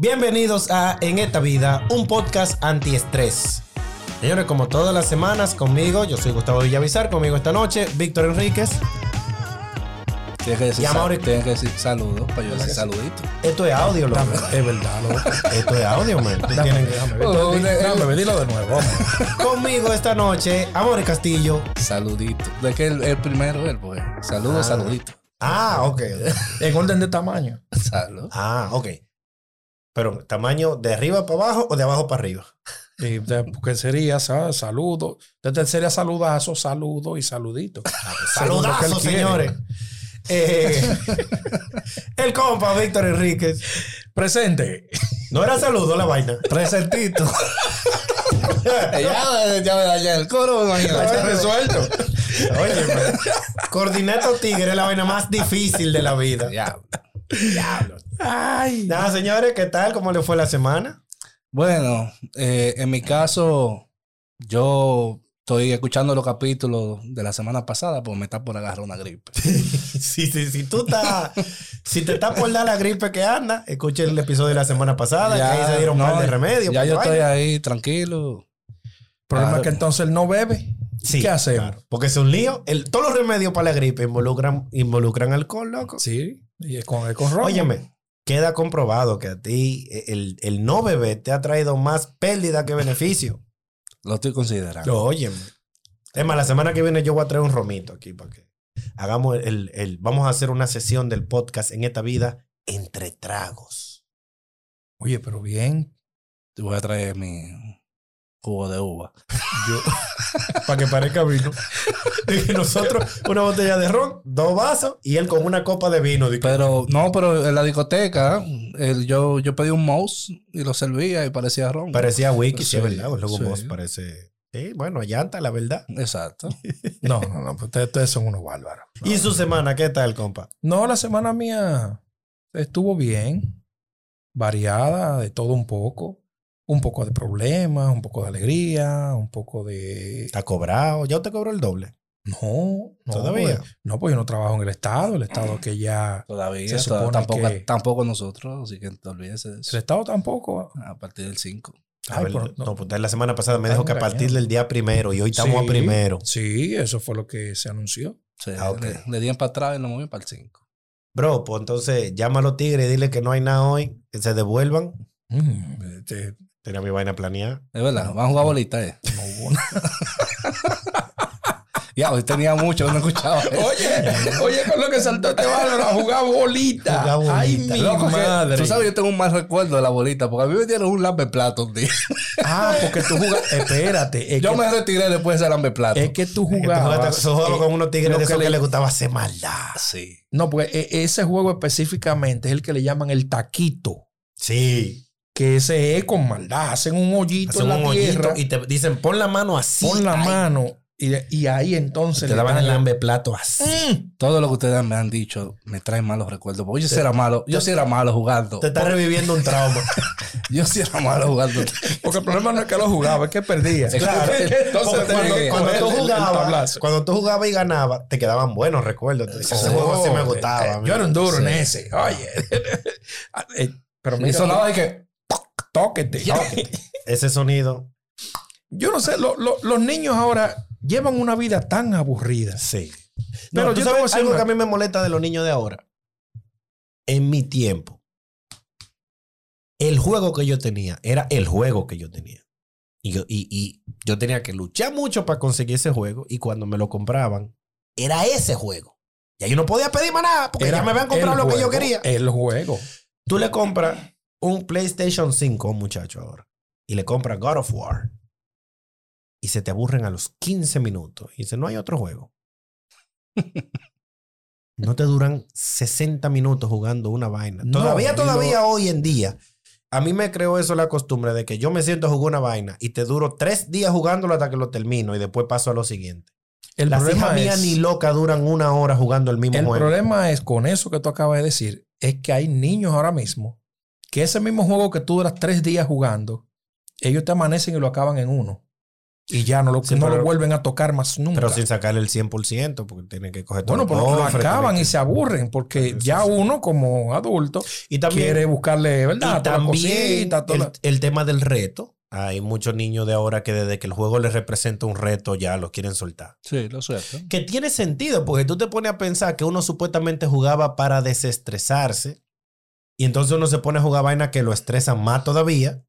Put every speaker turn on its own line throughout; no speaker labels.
Bienvenidos a En esta vida, un podcast antiestrés. Señores, como todas las semanas, conmigo, yo soy Gustavo Villavizar, conmigo esta noche, Víctor Enríquez.
Tienes que decir,
Ya,
sal-
Mauricio.
tienes que decir saludos para yo decir saludito.
Esto es audio, loco.
Es verdad, loco.
Esto es audio, man. Tú
Déjame,
tienes-
déjame,
Oh,
Víctor, di-
eh,
déjame, dilo de nuevo. vamos.
Conmigo esta noche, Amor Castillo.
eh, Saludito. De que el, el primero él, pues. Saludos, saludito.
Ah, ok.
En orden de tamaño.
Salud.
Ah, ok. Pero, ¿tamaño de arriba para abajo o de abajo para arriba?
Y de- porque sería sa- saludo. Entonces sería saludazo, saludo y saludito. Según lo que él
Saludazo,
quiere.
señores. Eh, el compa Víctor Enríquez.
Presente.
No era saludo la vaina.
Presentito.
Eh, Ya, ya me dañé el coro, me imagino.
Está resuelto.
Oye, man. Cordineto Tigre es la vaina más difícil de la vida.
Ya.
Diablo.
Ay.
Nada, señores, ¿qué tal? ¿Cómo le fue la semana?
Bueno, eh, en mi caso, yo estoy escuchando los capítulos de la semana pasada porque me está por agarrar una gripe.
Si, si, si tú estás, si te está por dar la gripe que anda, escucha el episodio Ah, de la semana pasada, que ahí se dieron
no,
mal de pues, remedio.
Ya
pa'
yo
la
estoy
vaina.
ahí, tranquilo.
Problema
Claro.
es que entonces él no bebe.
Sí,
¿Qué hacemos?
claro, porque es un lío. El- todos los remedios para la gripe involucran, involucran alcohol, loco.
Sí. Y es con, es con romo.
Óyeme, queda comprobado que a ti el, el no beber te ha traído más pérdida que beneficio.
Lo estoy considerando.
Lo óyeme. Es más, la semana que viene yo voy a traer un romito aquí para que hagamos el, el- Vamos a hacer una sesión del podcast en esta vida entre tragos.
Oye, pero bien.
Te voy a traer mi jugo de uva.
Para que parezca vino. Y nosotros, una botella de ron, dos vasos y él con una copa de vino. Digo,
Pero, no, pero en la discoteca, el- yo, yo pedí un mouse y lo servía y parecía ron.
Parecía wiki, sí,
Sí,
es verdad. Luego
sí.
vos parece. Sí, bueno, llanta, la verdad.
Exacto.
No, no, no. pues Ustedes, ustedes son unos bárbaros.
¿Y su semana qué tal, compa?
No, la semana mía estuvo bien, variada, de todo un poco. Un poco de problemas, un poco de alegría, un poco de...
¿Está cobrado? ¿Ya usted cobró el doble?
No, no.
¿Todavía?
pues, no, pues yo no trabajo en el Estado. El Estado que ya...
Todavía.
Se
to-
supone
tampoco,
que-
tampoco nosotros, así que te olvides de
El
eso.
Estado tampoco.
A partir del 5.
Ay,
A ver,
pero
no,
no.
pues usted la semana pasada me dijo que a
Estamos
partir del día primero y hoy estamos
Sí,
a primero.
Sí, eso fue lo que se anunció.
Sí,
Ah, ok.
le, le dieron para atrás y lo moví para el 5.
Bro, pues entonces llama a los tigres y dile que no hay nada hoy, que se devuelvan.
Mm, este,
Tenía mi vaina planeada.
Es
Ah,
verdad, van a jugar bolita, eh.
no hubo nada.
Ya, hoy tenía mucho, no escuchaba. eso.
oye, oye, con lo que saltó este bárbaro a jugar bolita.
Jugar bolita.
Loco, que- Tú sabes, yo tengo un mal recuerdo de la bolita, porque a mí me dieron un lambe plato un día.
Ah, porque tú jugas... Espérate. Es
Yo
que,
me retiré después de ese lambe plato.
es que tú
Que tú jugaste-
jugabas...
tú jugabas
eh,
con unos tigres
lo
de esos
que
que,
le-
le gustaba hacer maldad.
Ah, Sí.
No, porque e- ese juego específicamente es el que le llaman el taquito,
Sí.
que ese es con maldad. Hacen un hoyito
Hacen
en la
un hoyito
tierra,
y te dicen pon la mano así.
pon la
ay.
mano y, y ahí entonces
Te
le
daban
dan
el
la-
lambe plato así.
Mm.
Todo lo que ustedes me han dicho me trae malos recuerdos. Porque yo sí era malo. Yo sí era malo jugando.
Te está reviviendo un trauma.
Yo sí era malo jugando.
Porque el problema no es que lo jugaba, es que perdía.
Claro.
Entonces
Porque
tenía
tenía
cuando, cuando
que coger
tú
el- el
jugabas,
tablazo.
cuando tú jugabas y ganabas, te quedaban buenos recuerdos. Entonces, ese juego sí me
Oh,
gustaba. a mí.
Yo era un duro en
Sí.
ese. Oye. Eh, Pero
Y
mira,
sonaba de que.
tóquete.
Ese sonido.
Yo no sé, lo- lo- los niños ahora llevan una vida tan aburrida.
Sí.
No,
Pero
tú
yo
sabes
sabes algo
una-
que a mí me molesta de los niños de ahora. En mi tiempo, el juego que yo tenía era el juego que yo tenía. Y yo, y- y yo tenía que luchar mucho para conseguir ese juego. Y cuando me lo compraban, era ese juego. Y ahí no podía pedir más nada porque
Era
ya me habían comprado
el
lo que yo
juego,
quería.
El juego.
Tú le compras un PlayStation 5 a un muchacho ahora y le compras God of War y se te aburren a los 15 minutos y dice, no hay otro juego. No te duran 60 minutos jugando una vaina.
No,
todavía,
y
todavía hoy en día. A mí me creó eso la costumbre de que yo me siento a jugar una vaina y te duro tres días jugándolo hasta que lo termino y después paso a lo siguiente.
El
Las
problema
hijas mías
es-
ni loca duran una hora jugando el mismo
El
juego.
problema es con eso que tú acabas de decir, es que hay niños ahora mismo que ese mismo juego que tú duras tres días jugando, ellos te amanecen y lo acaban en uno. Y ya no lo,
Sí,
no
pero-
lo vuelven a tocar más nunca.
Pero sin sacarle el 100%, porque tienen que coger
bueno,
todo
pero
el
lo
cofre,
acaban
tienen
y se aburren porque
Eso
ya
sí.
uno como adulto
que- Y también,
quiere buscarle,
y
¿verdad? Toda la
también
cosita, toda
el,
la-
el tema del reto. Hay muchos niños de ahora que desde que el juego les representa un reto ya lo quieren soltar.
Sí, lo suelto.
Que tiene sentido, porque tú te pones a pensar que uno supuestamente jugaba para desestresarse y entonces uno se pone a jugar vainas que lo estresan más todavía.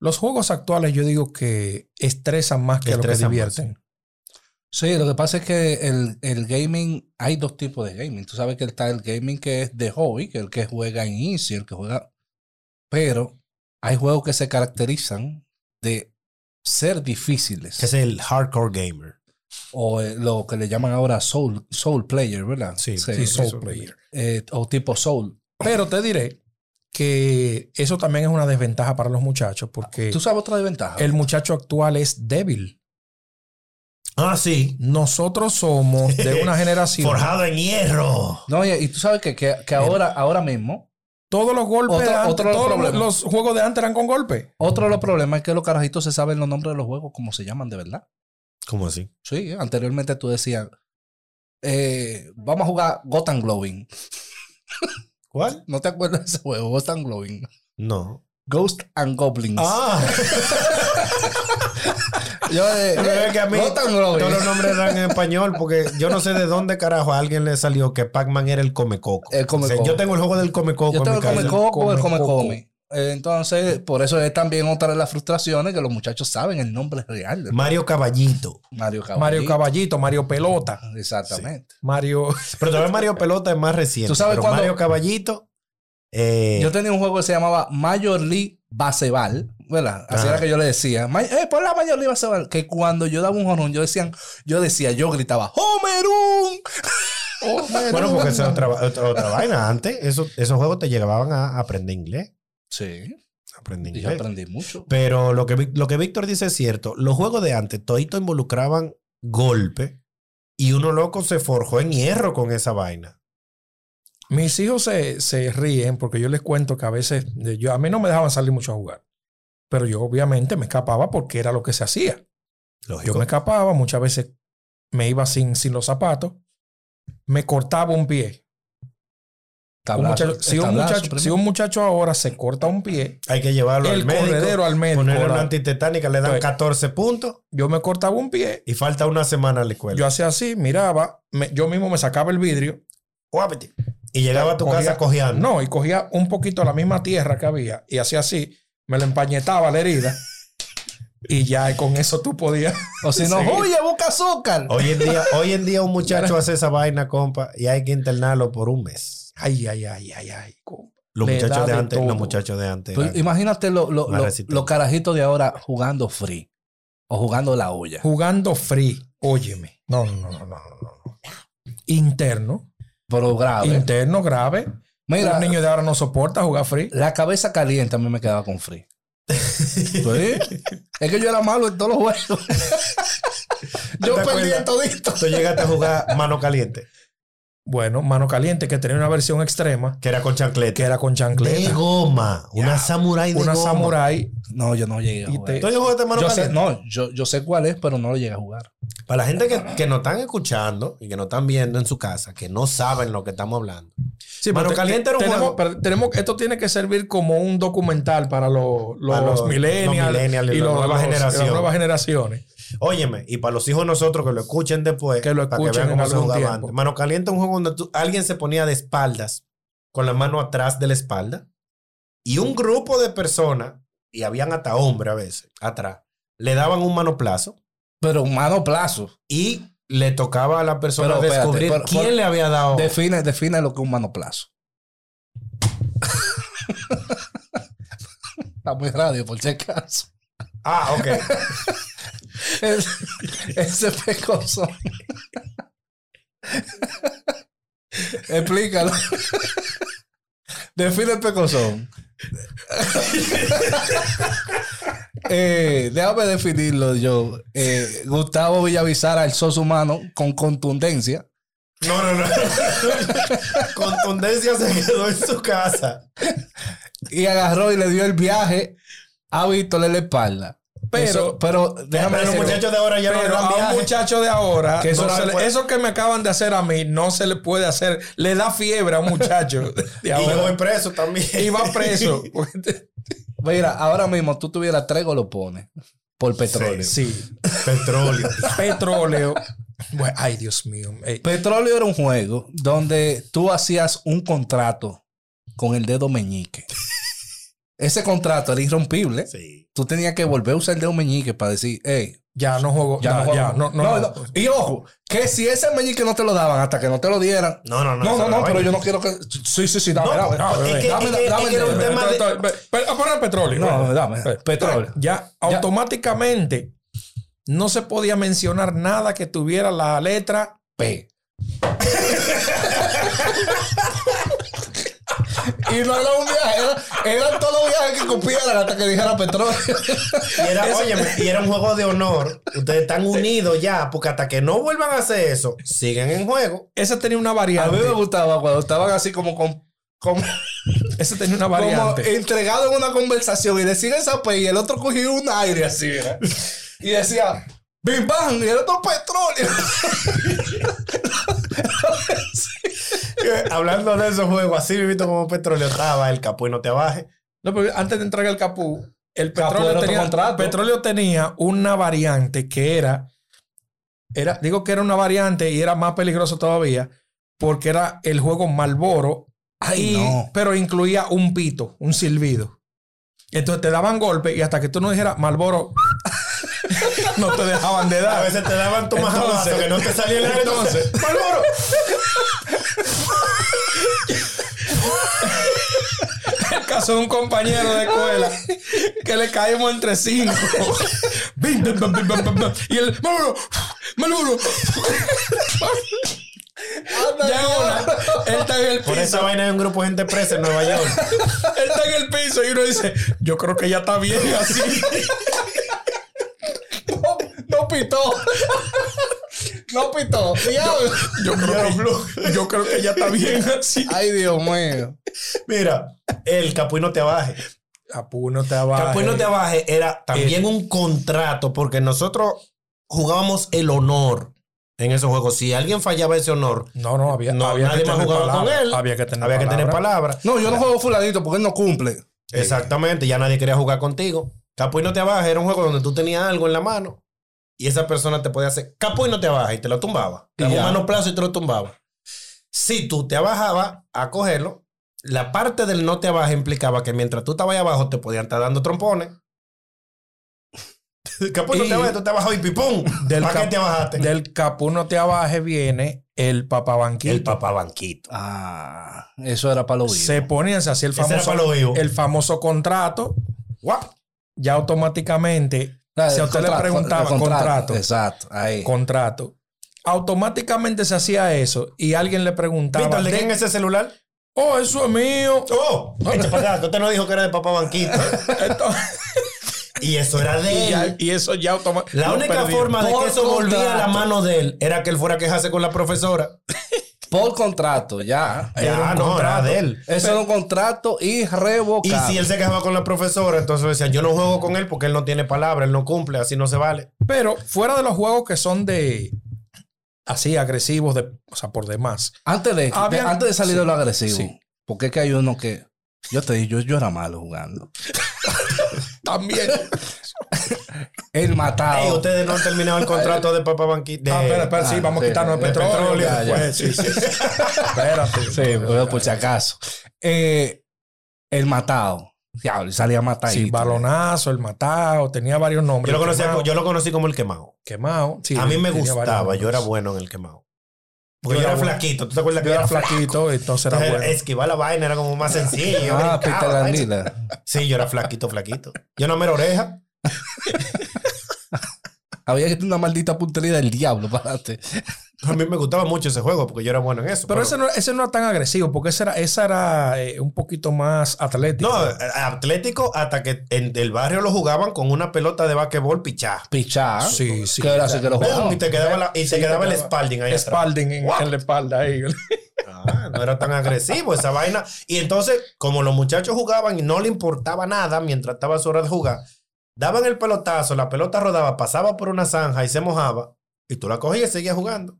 Los juegos actuales yo digo que estresan más que
Estresan
lo que
más,
divierten.
Sí, lo que pasa es que el, el gaming, hay dos tipos de gaming. Tú sabes que está el gaming que es de hobby, que el que juega en easy, el que juega. Pero hay juegos que se caracterizan de ser difíciles.
Que es el hardcore gamer.
o eh, lo que le llaman ahora soul, soul player, ¿verdad?
Sí,
Sí,
Eso-
Soul
eso-
Player.
eh, o tipo soul.
Pero te diré que eso también es una desventaja para los muchachos porque
¿Tú sabes otra desventaja?
el muchacho actual es débil.
Ah, sí.
Nosotros somos de una generación.
Forjado en hierro.
no, y, y tú sabes que, que, que ahora, ahora mismo,
Todos los golpes,
Otro-
de antes-
otro
todos los,
problema.
los juegos de antes eran con golpe.
otro de los problemas es que los carajitos se saben los nombres de los juegos como se llaman de verdad.
¿Cómo así?
Sí, anteriormente tú decías, eh, vamos a jugar Gotham Glowing.
¿Cuál?
¿No te acuerdas de ese juego? Gotham Glowing.
No.
Ghost and Goblins.
Ah,
Yo, eh,
Pero es que a mí
Gotham
todos los
Glowing.
nombres eran en español porque yo no sé de dónde carajo a alguien le salió que Pac-Man era el come coco.
El come
O sea,
coco.
yo tengo el juego del come coco
Yo
en
tengo
mi
el
casa.
come coco, el come
Come coco.
come. Eh, Entonces, por eso es también otra de las frustraciones que los muchachos saben el nombre real de
Mario Caballito.
Mario Caballito.
Mario Caballito, Mario Pelota,
Exactamente.
Mario.
Pero todavía Mario Pelota es más reciente.
¿Tú sabes
pero
cuándo-
Mario Caballito. eh,
Yo tenía un juego que se llamaba Major League Baseball, ¿verdad? Así
Ajá.
era que yo le decía, "Ma- eh, pon la Major League Baseball, que cuando yo daba un jonrón, yo decían, yo decía, yo gritaba, ¡Homerun!
bueno, porque esa es otra, otra- otra vaina. Antes, eso- esos juegos te llevaban a aprender inglés.
Sí,
Aprender
y yo
inglés.
aprendí mucho.
Pero lo que, Vic- lo que Víctor dice es cierto. Los juegos de antes, todito involucraban golpe y uno loco se forjó en hierro con esa vaina.
Mis hijos se, se ríen porque yo les cuento que a veces de- yo, a mí no me dejaban salir mucho a jugar. Pero yo obviamente me escapaba porque era lo que se hacía. Yo
Lógico.
me escapaba, muchas veces me iba sin, sin los zapatos, me cortaba un pie. Un
Tablazo,
muchacho- si, un
tablazo,
muchacho,
primo.
si un muchacho ahora se corta un pie,
Hay que llevarlo
el
al médico.
corredero al médico.
Ponerle una
ahora,
antitetánica, le dan
Entonces-
14 puntos
yo me cortaba un pie,
y falta una semana a la escuela.
yo hacía así, miraba, me- yo mismo me sacaba el vidrio,
Guápete. Y llegaba a tu
Cogía-
casa cojeando.
no, y cogía un poquito la misma tierra que había y hacía así, me lo empañetaba la herida y ya con eso tú podías.
O si no,
Sí.
oye, busca azúcar.
Hoy en día, hoy en día un muchacho hace esa vaina, compa, y hay que internarlo por un mes.
Ay, ay, ay, ay, ay. compa.
Los
Le
muchachos
da
de
de
antes, los
todo.
muchachos de antes.
Pues
eran-
imagínate lo- lo-
Más
lo-
resistente.
los carajitos de ahora jugando free o jugando la olla.
Jugando free, óyeme. No, no, no, no, no, no. no. Interno.
Pero grave.
Interno grave.
Mira,
Los niños de ahora no soporta jugar free.
la cabeza caliente a mí me quedaba con free. Sí. Es que yo era malo en todos los juegos. yo
¿Te
perdí
acuerdas?
en todito.
Tú llegaste a jugar mano caliente,
Bueno, Mano Caliente, que tenía una versión extrema,
que era con
que
chancleta.
era con
De
chancleta,
goma. Una samurái de
una
goma.
samurai.
No, yo no llegué a
Y
jugar.
te-
¿Tú ya jugaste mano
Yo sé,
caliente?
no, yo, yo sé cuál es, pero no lo llegué a jugar.
Para la gente que, que nos están escuchando y que nos están viendo en su casa, que no saben lo que estamos hablando.
Sí,
Mano
pero te-
Caliente era un
tenemos,
juego.
pero tenemos- esto tiene que servir como un documental para los, los,
Para los-
millennials,
los millennials y
y
la
los-
nueva
los-
generación.
las nuevas generaciones.
Óyeme, y para los hijos de nosotros que lo escuchen después,
Que lo
para que
escuchen
vean
en
cómo se
algún
jugaba
tiempo.
antes. Mano caliente es un juego donde tú- alguien se ponía de espaldas, con la mano atrás de la espalda, y un grupo de personas, y habían hasta hombres a veces, atrás, le daban un manoplazo
Pero mano plazo.
y le tocaba a la persona
Pero espérate,
descubrir
pero-
quién
por-
le había dado.
Define, define lo que es un mano plazo. Está muy radio, por si acaso.
Ah, ok.
Es- Ese pecoso. Explícalo. Define el pecozón. Eh, déjame definirlo yo. Eh, Gustavo Villavizar alzó su mano con contundencia.
No, no, no. Contundencia se quedó en su casa.
y agarró y le dio el viaje a Víctor en la espalda.
Pero,
Eso- pero déjame
Pero los
decirte-
muchachos de ahora ya
pero
no
a
dan
un
viaje.
muchacho de ahora,
Que eso
no
no
se
le
le-
puede-
eso que me acaban de hacer a mí, no se le puede hacer. Le da fiebre a un muchacho de
Y yo voy
ahora.
preso también.
Y va preso.
Mira, ahora mismo tú tuvieras tres golopones por petróleo.
sí.
Petróleo.
Petróleo. Bueno, ay, Dios mío. Eh, Ey,
Petróleo era un juego donde tú hacías un contrato con el dedo meñique. Ese contrato era irrompible.
Sí.
Tú tenías que volver a usar el dedo meñique para decir, hey,
Ya no juego.
ya, no,
Ya,
juego
ya,
más".
no, no, no.
Y ojo, que si ese meñique no te lo daban hasta que no te lo dieran.
No, no, no.
No,
esa
no,
es la
no, pero
vaina.
yo no quiero que. Sí, sí, sí, dame,
No,
dame.
no, es
dame,
que-
dame,
es que- es
dame el
que era
dedo.
un tema de-
Pero- pero- pero- a poner petróleo.
No, dame.
Pero-
Petróleo.
Ya automáticamente no se podía mencionar nada que tuviera la letra
P. y no era un viaje, era- eran todos los viajes que cupieran hasta que dijera petróleo.
Y era, óyeme, y era un juego de honor. Ustedes están unidos ya, porque hasta que no vuelvan a hacer eso, siguen en juego.
Esa tenía una
A mí
variante.
me gustaba cuando estaban así como con. Como,
Esa tenía una
como
variante.
entregado en una conversación y decían esa P y el otro cogía un aire así, ¿verdad? Y decía, Big Bang y el otro "Pues, petróleo.
Que, Hablando de esos juegos, así vivito como petróleo estaba, el capó y no te baje.
No, pero antes de entrar al capú, el
Capú
petróleo
era otro
tenía,
contrato.
petróleo tenía una variante que era, era, digo que era una variante y era más peligroso todavía, porque era el juego Malboro,
Ay,
y-
no.
pero incluía un pito, un silbido. Entonces te daban golpe y hasta que tú no dijeras Malboro, no te dejaban de
A
dar.
veces te daban tu
Entonces-
majabazo que no te salía el aire. Entonces, ¡Malboro!
el caso de un compañero de escuela que le caímos entre cinco. Bim, bim, bim, bim, bim, bim. y el Malboro, Malboro. Ya ahora, él está en el
Por esa
piso.
vaina hay un grupo de gente presa en Nueva York.
Él está en el piso y uno dice, yo creo que ya está bien así.
No, no pitó. No pitó. Diablo.
Yo creo, que, yo creo que ya está bien así.
Ay, Dios mío.
Mira, el capó y no te baje.
Capú no te
Capó y no te baje era
Eh.
también un contrato, porque nosotros jugábamos el honor en esos juegos. Si alguien fallaba ese honor,
No, no, había,
No,
había
nadie
que
más
tener
jugaba con
palabra.
él.
Había que tener
había que tener palabras.
No, yo no juego fulanito porque él no cumple.
Exactamente, ya nadie quería jugar contigo. Capo y no te abaja era un juego donde tú tenías algo en la mano y esa persona te podía hacer capo y no te abaja y te lo tumbaba. Te
Y
daba un
ya.
mano plazo y te lo tumbaba. Si tú te abajabas a cogerlo, la parte del no te abaja implicaba que mientras tú estabas ahí abajo te podían estar dando trompones. capo y no
Y-
te abaja, tú te abajo y pipón.
Del
¿Para
cap-
qué te bajaste?
Del capú no te abaje viene el papabanquito.
El papá banquito.
Ah, eso era para lo vivo.
se ponían se hacía el
Ese era
famoso,
para lo vivo.
el famoso contrato.
Guap.
Ya automáticamente,
Ah,
si a
el
usted le
contrato,
preguntaba
el
contrato,
Exacto. Ahí.
contrato, automáticamente se hacía eso y alguien le preguntaba,
Víctor, ¿de
de-
quién es ese celular?
oh, eso es mío.
¡Oh! Echa para allá, que usted no dijo que era de papá banquito.
Entonces,
Y eso era de
y, ya-
él.
y eso ya automáticamente.
La única forma de
Por
que eso volviera a la
contrato.
mano de él era que él fuera a quejarse con la profesora.
Por contrato, ya.
Ya,
Era un
no,
contrato.
era de él.
Eso era un contrato
Y
irrevocable.
si él se quejaba con la profesora, entonces decían, yo no juego con él porque él no tiene palabra, él no cumple, así no se vale.
Pero fuera de los juegos que son de así agresivos, de, o sea, por demás.
Antes de,
Habían-
de- antes de salir de lo agresivo.
sí.
Porque es que hay uno que. Yo te dije, yo, yo era malo jugando.
También.
El matado.
Ey, ustedes no han terminado el contrato de papá banquito.
Ah, espera, espera, sí,
Ah,
vamos a
sí,
quitarnos el
de
petróleo.
petróleo, ya, ya.
pues, sí, sí. Espérate.
Sí, pues. pero por si acaso. Eh, el matado. Diablo, y salía matadito.
Sí, balonazo, el matado, tenía varios nombres.
yo, lo conocí,
Quemao,
yo lo conocí como el quemado.
quemao, sí,
a mí me
tenía
gustaba,
varios
yo era
nombres.
bueno en el quemado. Porque
Yo
yo,
era
era
bueno.
flaquito, ¿tú te acuerdas que
Yo era flaquito, entonces era
Entonces,
bueno.
Esquivar la vaina era como más sencillo. yo
Ah,
brincaba,
Peter
la vaina.
Landila.
Sí, yo era flaquito, flaquito. Yo no me era oreja.
Había que tener una maldita puntería del diablo, párate.
A mí me gustaba mucho ese juego porque yo era bueno en eso.
Pero ese no, ese no era tan agresivo, porque ese era, esa era eh, un poquito más atlético.
No, eh, Atlético hasta que en el barrio lo jugaban con una pelota de basquetbol pichá.
Pichar.
Sí, sí.
Que era así que lo
¡Pum!
jugaban.
Y te quedaba, la- y
Sí,
te quedaba el
quedaba-
Spalding ahí atrás.
Spalding en, en la espalda ahí.
Ah, no era tan agresivo esa vaina. Y entonces, como los muchachos jugaban y no le importaba nada mientras estaba su hora de jugar, Daban el pelotazo, la pelota rodaba, pasaba por una zanja y se mojaba, y tú la cogías y seguías jugando.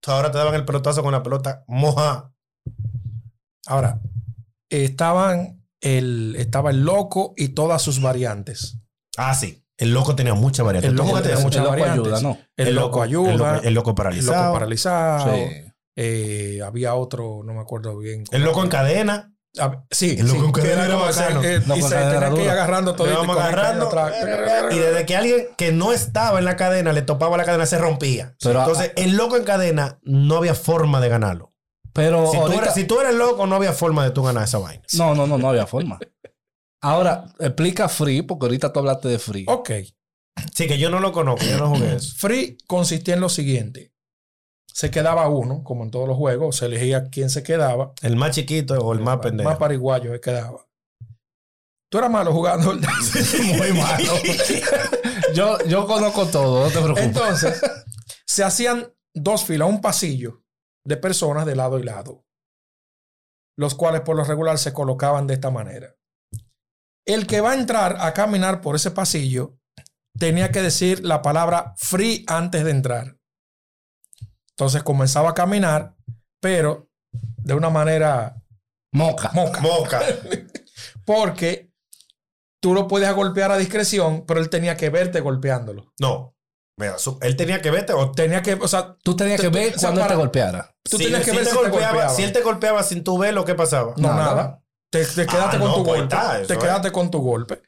Entonces, ahora te daban el pelotazo con la pelota mojada.
Ahora, estaban el, estaba el loco y todas sus variantes.
Ah, sí. El loco tenía mucha variedad.
El
¿Tú
loco
cómo
El-
te decías?
tenía muchas
el loco
variantes.
ayuda, ¿no?
El, loco, ayuda,
El loco, el loco
el
paralizado.
loco paralizado.
Sí.
eh, había otro, no me acuerdo bien.
El loco en cadena.
Ah, sí,
El loco
sí,
con
que
cadena
era
era
como
bacano.
que, eh,
No,
y
con
se
cadena
tenía que ir
dura.
agarrando todo
Le vamos agarrando. Y desde que alguien que no estaba en la cadena le topaba la cadena, se rompía.
Pero-
Entonces, el loco en cadena no había forma de ganarlo.
Pero
Si tú,
ahorita-
eras, si tú eras loco, no había forma de tú ganar esa vaina.
No, no, no, no había forma. Ahora, explica Free, porque ahorita tú hablaste de Free.
Ok.
Sí, que yo no lo conozco, yo no jugué eso.
Free consistía en lo siguiente. Se quedaba uno, como en todos los juegos, se elegía quién se quedaba.
El más chiquito o el más pendejo.
Más pariguayo se quedaba. Tú eras malo jugando. ¿verdad?
Muy malo.
Yo, yo conozco todo, no te preocupes.
Entonces, se hacían dos filas, un pasillo de personas de lado y lado, los cuales por lo regular se colocaban de esta manera. El que va a entrar a caminar por ese pasillo tenía que decir la palabra free antes de entrar. Entonces comenzaba a caminar, pero de una manera
Moca.
moca,
Moca.
porque tú lo podías golpear a discreción, pero él tenía que verte golpeándolo.
No. Mira, su- él tenía que verte o
Tenía que, o sea,
Tú tenías que
Tú-
ver
tú- o sea,
cuando él te
para-
golpeara.
tú
si,
tenías que
si
ver
te
si te
golpeaba,
golpeaba.
Si él te golpeaba sin tu verlo, ¿qué pasaba?
No,
Nada.
nada. Te, te quedaste
Ah,
con
no,
tu
pues
golpe.
está, eso
te
es.
quedaste con tu golpe.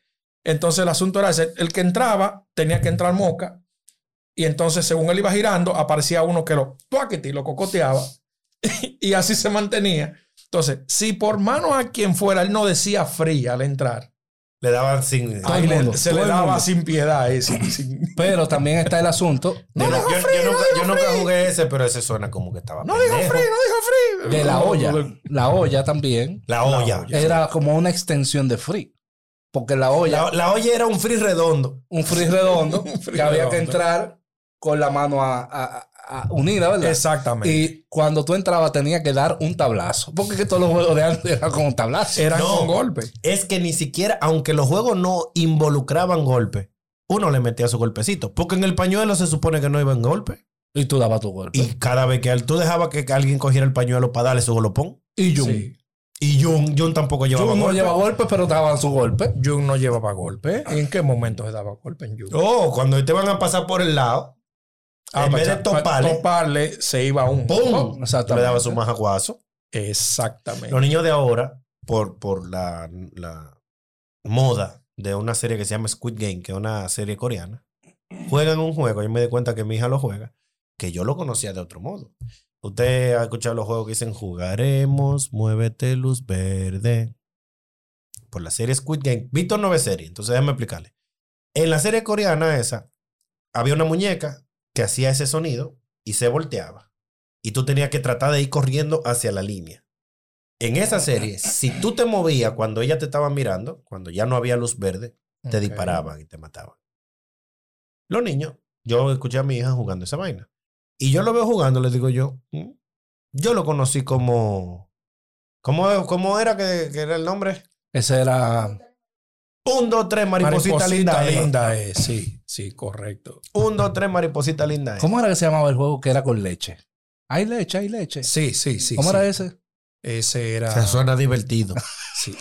Entonces el asunto era ese. El que entraba tenía que entrar moca. Y entonces, según él iba girando, aparecía uno que lo tuaquete y lo cocoteaba. y así se mantenía. Entonces, si por mano a quien fuera, él no decía fría al entrar.
Le daban sin.
Todo
ahí
el
le-
mundo,
se
todo
le
el
daba
mundo.
sin piedad. ahí, sin- sin-
Pero también está el asunto
Yo
de la,
no- yo, yo nunca, yo nunca jugué ese, pero ese suena como que estaba.
No dijo
pendejo.
fría, no dijo fría.
de la olla. La olla también
La olla.
era como una extensión de Free. Porque la olla,
La, la olla era un free redondo.
un Free redondo,
Un free
que había que
redondo.
entrar con la mano a, a- a- a- unida, ¿verdad?
Exactamente.
Y cuando tú entrabas tenía que dar un tablazo. Porque es que todos los juegos de antes eran con tablazo.
Eran
No.
con golpe.
Es que ni siquiera, aunque los juegos no involucraban golpe, uno le metía su golpecito. Porque en el pañuelo se supone que no iban golpe.
Y tú dabas tu golpe.
Y cada vez que él- tú dejabas que alguien cogiera el pañuelo para darle su golopón.
Y Jun.
Sí.
Y Jun, Jun tampoco llevaba
Jun no
golpe.
lleva golpes, pero daban su golpe.
Jung no llevaba golpe. ¿En qué momento se daba golpe en Jung?
Oh, cuando te van a pasar por el lado,
Ah,
en vez de toparle,
Ah, toparle, se iba a un
¡pum!
Oh, Exactamente.
Le daba su majacuazo.
Exactamente.
Los niños de ahora, por, por la, la moda de una serie que se llama Squid Game, que es una serie coreana, juegan un juego. Yo me di cuenta que mi hija lo juega, que yo lo conocía de otro modo. Usted ha escuchado los juegos que dicen jugaremos, muévete luz verde. Por la serie Squid Game. Víctor no ve serie, entonces déjame explicarle. En la serie coreana esa, había una muñeca que hacía ese sonido y se volteaba. Y tú tenías que tratar de ir corriendo hacia la línea. En esa serie, si tú te movías cuando ella te estaba mirando, cuando ya no había luz verde, te
Ok.
disparaban y te mataban. Los niños, yo escuché a mi hija jugando esa vaina. Y yo lo veo jugando, le digo yo, "Mm". yo lo conocí como... ¿Cómo, cómo era que, que era el nombre?
Ese era.
Un, dos, tres, mariposita,
Mariposita
linda. eh.
linda es, sí, sí, correcto.
Un, dos, tres, mariposita linda. eh.
¿Cómo era que se llamaba el juego que era con leche? Hay leche, hay leche.
Sí, sí, sí.
¿Cómo
sí.
era ese?
Ese
O
era.
sea, suena divertido.
sí.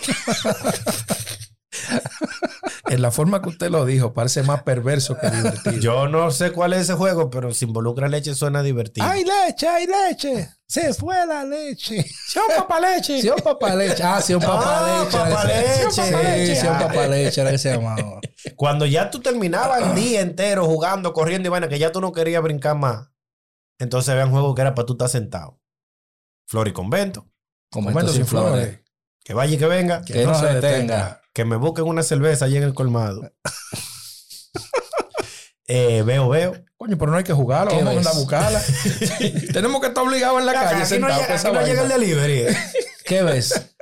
en la forma que usted lo dijo, parece más perverso que divertido.
Yo no sé cuál es ese juego, pero si involucra leche suena divertido.
Hay leche, hay leche. Se fue la leche.
¡Sí, un papaleche!
Sí, un papá leche. Ah, sí, un papá
Ah,
leche. era
papá
ese.
leche.
Sí,
Papá leche.
sí, un
Ah.
papá leche era que se llamaba.
Cuando ya tú terminabas el día entero jugando, corriendo y vaina, que ya tú no querías brincar más, entonces había un juego que era para tú estar sentado. Flor y convento.
Comento
Momento
sin flores.
Que vaya y que venga.
Que no se detenga.
Que me busquen una cerveza allí en el colmado. Eh, veo, veo.
Coño, pero no hay que jugarlo.
¿Qué
Vamos a
ves?
andar a buscarla. Tenemos que estar obligados en la calle
Aquí no,
sentados.
llega,
con esa
aquí no
vaina.
llega el delivery. eh.
¿Qué ves?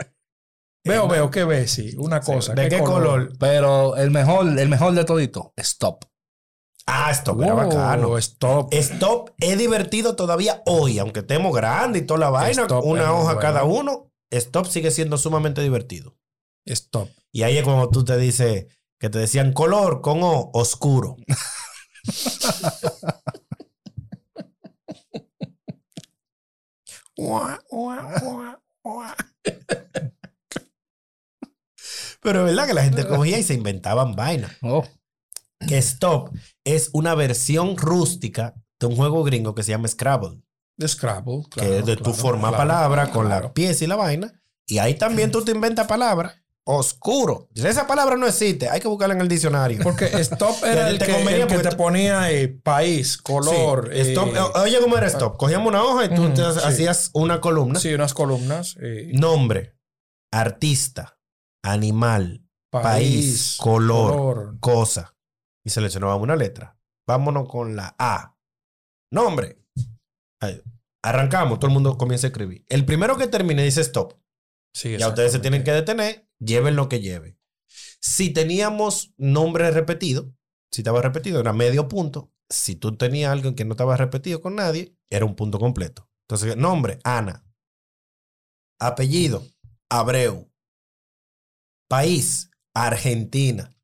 Veo, veo, ¿qué ves? Sí, una cosa.
¿De qué color?
Pero el mejor, el mejor de todito, stop.
Ah, stop, era
Wow,
bacano.
Oh, Stop.
Stop es divertido todavía hoy, aunque estemos grandes y toda la vaina,
Stop es
una
muy
hoja
bueno.
cada uno. Stop sigue siendo sumamente divertido.
Stop.
Y ahí es cuando tú te dices, que te decían color con O, oscuro. Pero es verdad que la gente cogía y se inventaban vainas.
Oh,
Que Stop es una versión rústica de un juego gringo que se llama Scrabble.
De Scrabble.
que
claro,
es de tu
claro,
forma
claro,
palabra con
claro.
la pieza y la vaina. Y ahí también tú te inventas palabras. Oscuro. Esa palabra no existe. Hay que buscarla en el diccionario.
Porque stop era
Ya
el
te
que,
convenía
el que
porque
te
tú-
ponía eh, país, color.
Sí. Stop.
eh,
O- Oye, ¿cómo era stop? Cogíamos una hoja y tú
Ujú,
te
sí.
hacías una columna.
sí, unas columnas. eh,
Nombre, artista, animal, país, color,
color.
cosa. Y seleccionábamos una letra. Vámonos con la A. Nombre. Ahí. Arrancamos. Todo el mundo comienza a escribir. El primero que termine dice stop.
Sí,
Ya ustedes se tienen que detener, lleven lo que lleven. Si teníamos nombre repetido, si estaba repetido, era medio punto. Si tú tenías algo que no estaba repetido con nadie, era un punto completo. Entonces, nombre, Ana. Apellido, Abreu. País, Argentina.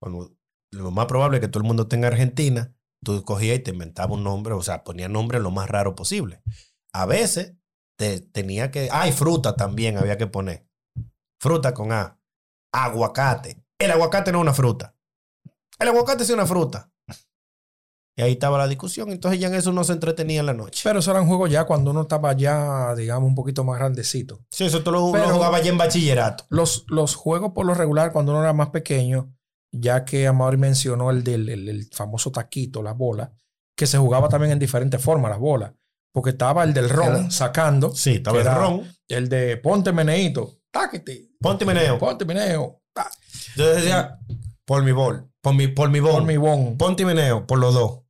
Bueno, lo más probable es que todo el mundo tenga Argentina. Tú cogías y te inventabas un nombre, o sea, ponías nombre lo más raro posible. A veces te- tenía que. Ay, fruta también había que poner. Fruta con A. Aguacate. El aguacate no es una fruta. El aguacate sí es una fruta. Y ahí estaba la discusión. Entonces ya en eso no se entretenía en la noche.
Pero eso era un juego ya cuando uno estaba ya, digamos, un poquito más grandecito.
Sí, eso tú lo, lo
Pero-
jugaba ya en bachillerato.
Los, los juegos por lo regular, cuando uno era más pequeño, ya que Amador mencionó el del el- el famoso taquito, la bola, que se jugaba también en diferentes formas, las bolas. Porque estaba el del ron
Era-
sacando,
Sí, estaba el
Era-
ron.
el de ponte meneito, táquete,
Ponte y meneo.
ponte meneo, tá,
Yo decía, por mi bol. Por mi, por mi bol.
pon mi bon,
Ponte y meneo, por los dos.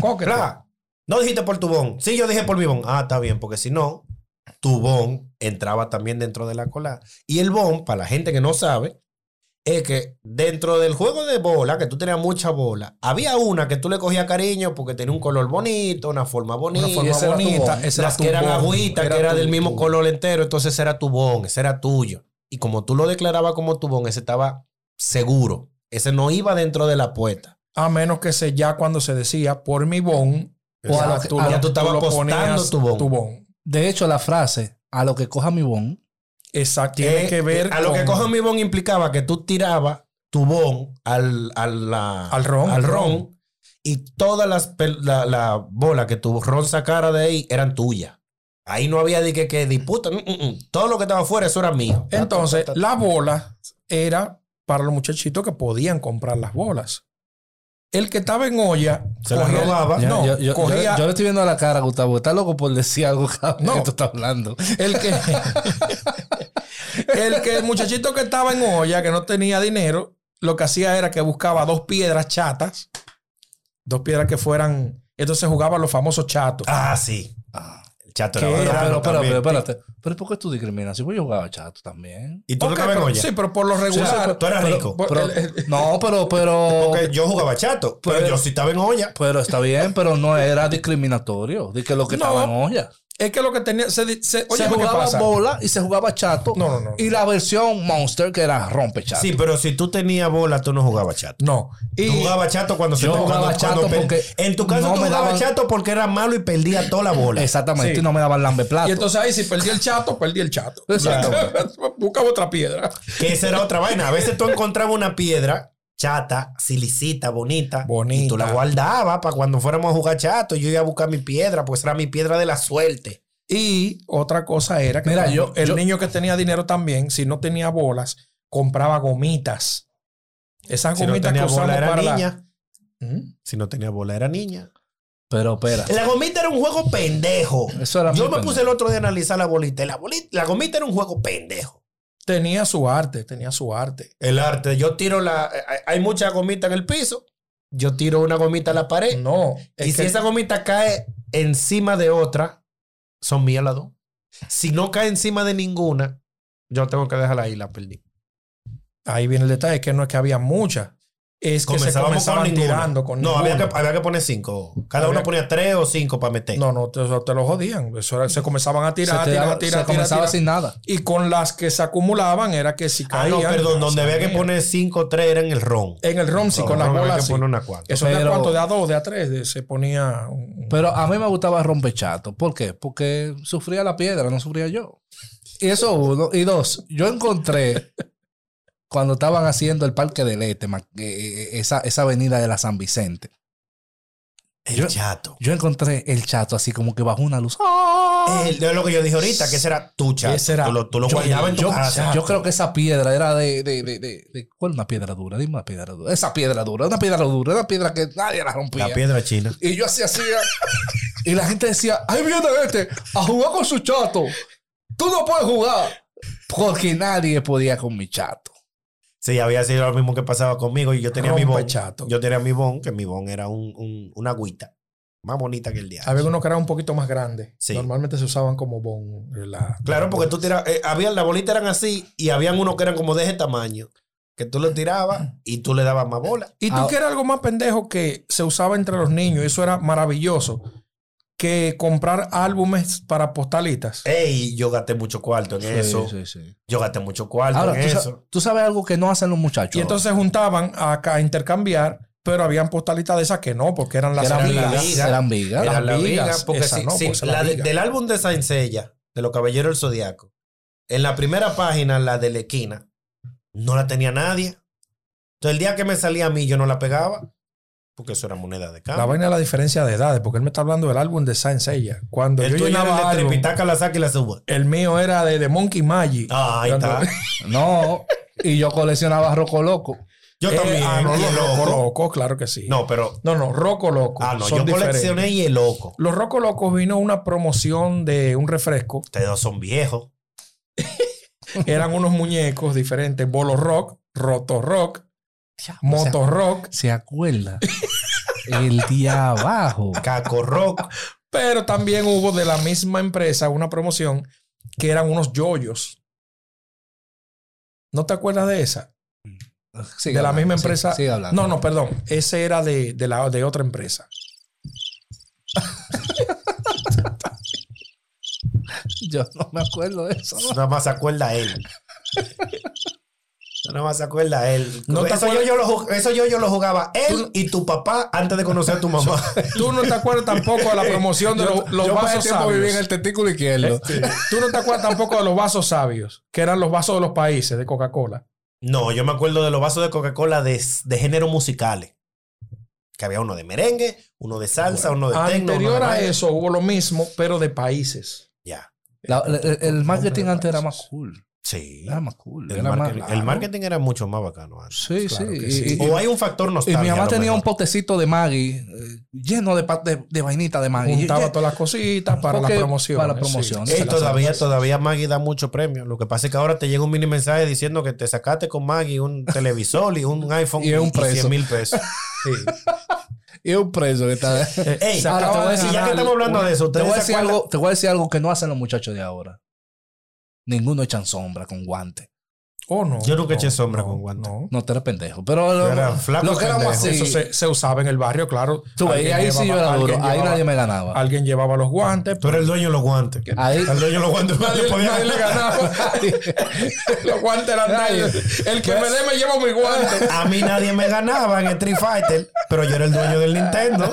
cóquete.
Claro. No dijiste por tu bon. Sí, yo dije por mi bon. Ah, está bien, porque si no, tu bon entraba también dentro de la cola. Y el bon, para la gente que no sabe, es que dentro del juego de bola, que tú tenías mucha bola, había una que tú le cogías cariño porque tenía un color bonito, una forma bonita.
forma
esa era tu
bonita,
bon.
esa era
Las
tu
que eran
bon,
agüitas,
era
que era
tu-
del mismo
tu-
color entero, entonces ese era tu bon, ese era tuyo. Y como tú lo declarabas como tu bon, ese estaba seguro. Ese no iba dentro de la apuesta.
A menos que se ya cuando se decía por mi bon, o a lo que
Exacto. Ya tú estabas
lo
apostando
ponías
tu bon.
De hecho, la frase, a lo que coja mi bon,
Exacto. Tiene
Eh,
que ver
A lo que
con-
cojo mi bon implicaba que tú tirabas tu bon al, al, la-
Al ron.
al ron, y todas las pel- la, la bola que tu ron sacara de ahí eran tuyas. Ahí no había de que, que disputa. mm, mm, mm. Todo lo que estaba afuera, eso era mío.
Entonces,
Ta, ta, ta, ta.
la bola era para los muchachitos que podían comprar las bolas. El que estaba en olla
Se las
cogía-
robaba.
Ya,
No,
yo, yo-
cogía
yo- yo le estoy viendo a la cara, Gustavo. Está loco por decir algo cada vez
No.
que tú estás hablando.
el que el que el muchachito que estaba en olla que no tenía dinero, lo que hacía era que buscaba dos piedras chatas, dos piedras que fueran, entonces jugaba los famosos chatos.
Ah, sí. El chato
¿Qué
era
era?
Pero,
bacano
pero, pero,
también.
pero, espérate. Pero ¿por qué tú discriminas? Si voy yo jugaba chato también.
Y tú no
Ok,
estabas en
pero-
olla.
Sí, pero por lo regular.
tú eras
pero-
rico.
por-
Pero-
el- el-
no, pero, pero.
Porque yo jugaba chato, pero,
Pues,
Pero-
yo sí estaba en olla.
Pero está bien, pero no era discriminatorio. De que lo que
No.
estaba en olla.
es que lo que tenía. Se, di- se- oye,
se
¿qué
jugaba
pasa?
bola y se jugaba chato.
No, no, no.
Y la versión Monster que era rompe chato.
Sí, pero si tú tenías bola, tú no jugabas chato.
No. Y,
Tú jugabas chato cuando se
Yo
te- cuando-
jugaba chato
cuando pe-
porque
En tu caso,
no
tú
me
jugabas
daban-
chato porque era malo y perdía toda la bola.
Exactamente.
Sí.
Y no me daban lambe plato.
y entonces ahí, si perdí el chato, perdí el chato.
Exacto.
Buscaba otra piedra.
Que esa era otra vaina. A veces tú encontrabas una piedra chata, silicita, bonita.
Bonita.
Y tú la guardabas para cuando fuéramos a jugar chato. Yo iba a buscar mi piedra, pues era mi piedra de la suerte.
Y otra cosa era que
Mira,
cuando
yo-
el
yo-
niño que tenía dinero también, si no tenía bolas, compraba gomitas. Esas
Si no
gomitas
tenía
que usamos
bola, era
para la-
niña.
¿Mm?
Si no tenía bola, era niña.
Pero espera.
La gomita era un juego pendejo.
Eso era
Yo
muy
me
pendejo.
puse el otro día a analizar la bolita. y La, bolita, la gomita era un juego pendejo.
Tenía su arte, tenía su arte.
El arte. Yo tiro la. eh, hay- Hay mucha gomita en el piso. Yo tiro una gomita a la pared.
No. Mm, es
y
que-
Eh, si esa gomita cae encima de otra, son mías las dos. Si no cae encima de ninguna, yo tengo que dejarla ahí, la perdí.
Ahí viene el detalle, que no es que había muchas. es que se
Comenzábamos con
comenzaban
ninguno.
tirando con
No, había que,
ninguno.
había que poner cinco. Cada
Había
uno ponía tres o cinco para meter.
Eh. No, no, te, te lo jodían. Eso era- se comenzaban a tirar,
se, te
tirar,
daba- se
tirar, tirar,
comenzaba
tirar.
sin nada.
Y con las que se acumulaban era que si
ah,
caían.
no, perdón. Donde había que
salían.
poner cinco, tres era en el ron.
En el rom, sí,
No,
con las
no, había
bolas.
que
sí.
poner una cuarta.
Eso de a
Pero-
cuánto, de a dos, de a tres, de- se ponía. un-
Pero a mí me gustaba rompechato. ¿Por qué? Porque sufría la piedra, no sufría yo. Y eso uno. Y dos, yo encontré cuando estaban haciendo el Parque del Este, ma- eh, eh, esa, esa avenida de la San Vicente.
El
Yo-
chato.
Yo encontré el chato así como que bajo una luz. ¡Ah!
El- de lo que yo dije ahorita, que ese era tu chato.
Ese era-
tú lo, tú lo
Yo,
guardabas en tu
yo-
casa.
yo creo que esa piedra era de, de, de, de- de- ¿Cuál una piedra dura? Dime una piedra dura. Esa piedra dura, una piedra dura, una piedra que nadie la rompía.
la piedra china.
Y yo así hacía. y la gente decía, ahí viene este a jugar con su chato. Tú no puedes jugar. Porque nadie podía con mi chato.
Sí, había sido lo mismo que pasaba conmigo. Y yo tenía mi bon.
Rompechato.
Yo tenía mi bon, que mi bon era un, un- una agüita. Más bonita que el diablo.
Había uno que era un poquito más grande.
Sí.
Normalmente se usaban como bon. la-
Claro, porque tú tiras, eh, habían, las bolitas eran así y habían unos que eran como de ese tamaño, que tú lo tirabas y tú le dabas más bola.
Y tú
Ah.
que era algo más pendejo que se usaba entre los niños, eso era maravilloso. Que comprar álbumes para postalitas.
Ey, yo gasté mucho cuarto en eso. Yo gasté mucho cuarto
Ahora,
en
tú, sa-
eso.
tú sabes algo que no hacen los muchachos.
Y entonces se juntaban a, ca- a intercambiar, pero habían postalitas de esas que no, porque eran las
eran,
eran
vigas,
las vigas.
Eran vigas.
Era
las
la
vigas,
viga, porque
esa
si-
no,
si-
pues, la
la de-
viga.
del álbum de Saincella, de los Caballeros del Zodiaco, en la primera página, la de la esquina, no la tenía nadie. Entonces, el día que me salía a mí, yo no la pegaba, porque eso era moneda de
La
cambio.
vaina es la diferencia de edades, porque él me está hablando del álbum de Saint Seiya. Cuando
El
yo
tuyo era
llenaba
el de
álbum,
tripitaca, la saca y la suba.
el mío era de, de Monkey Magic.
Ah, ahí
Cuando-
está.
No. Y yo coleccionaba Roco Loco.
Yo
Eh,
también.
ah, no,
y
los
el
Roco
loco.
Loco, claro que sí.
No, pero.
no, no, Roco Loco.
Ah, no,
son
yo
diferentes.
coleccioné y el loco.
Los Roco Locos vino una promoción de un refresco
Ustedes dos son viejos.
eran unos muñecos diferentes: Bolo Rock, Roto Rock, Moto Rock,
¿Se acuerda? El día abajo.
Caco Rock.
pero también hubo de la misma empresa una promoción que eran unos yoyos. ¿No te acuerdas de esa?
Sigue
de la
hablando,
misma
sigue-
empresa.
sigue hablando.
No, no, perdón. Ese era de, de la, de otra empresa.
Yo no me acuerdo de eso.
Nada más se acuerda él. Nada más se acuerda él.
No te
eso, yo,
acuerdas-
yo lo, ju- eso yo, yo lo jugaba él y tu papá antes de conocer a tu mamá.
Tú no te acuerdas tampoco de la promoción de los, los
yo pasé
vasos
tiempo viví en
sabios.
el testículo izquierdo.
Este,
Este, Tú no te acuerdas tampoco de los vasos sabios, que eran los vasos de los países de Coca-Cola.
No, yo me acuerdo de los vasos de Coca-Cola de, de género musicales. Que había uno de merengue, uno de salsa, uno de tecno. uno de
Anterior a
vaina.
eso hubo lo mismo, pero de países.
Ya.
Eh,
La- la- el, el marketing antes era más cool.
Sí.
Era más cool.
El,
era más
marketing,
largo.
el pues marketing era mucho más bacano antes.
Sí,
Claro
sí.
que
Y-
sí.
Y,
O hay un factor
y
nostálgico.
mi mamá tenía un potecito de Maggie eh, lleno de, pa- de, de vainita de
Ah,
Maggie.
juntaba
Ye-
todas las cositas para la
Porque-
promoción.
para la promoción.
Ey,
Se la
todavía, todavía Maggie da mucho premio. Lo que pasa es que ahora te llega un mini mensaje diciendo que te sacaste con Maggie un televisor y un iPhone
Y es un
100
preso.
mil pesos.
Y un preso que está.
Ey,
Ahora
ahora
te voy a
y
decir
ya que
algo.
estamos hablando de eso,
te,
¿ustedes
voy a
se
decir
acuerdan?
algo, te voy a decir algo que no hacen los muchachos de ahora. Ninguno echan sombra con guante.
¿O Oh, no?
Yo nunca eché
No,
sombra
no,
con guante.
no.
No, te eres pendejo. Pero
Yo
lo,
era flaco
lo que éramos
pendejo.
así.
Eso se, se usaba en el barrio, claro.
tú veías ahí
Alguien
sí yo
llevaba-
era duro.
alguien
Ahí
llevaba-
nadie me ganaba.
Alguien llevaba los guantes.
Tú eres el dueño de los guantes.
Ahí,
El dueño de los guantes.
Nadie,
Nadie podía
nadie le
ganar.
ganaba. los guantes eran
Nadie.
nadie. El que
Pues-
me dé me lleva mi guante.
A mí nadie me ganaba en Street Fighter, pero yo era el dueño del Nintendo.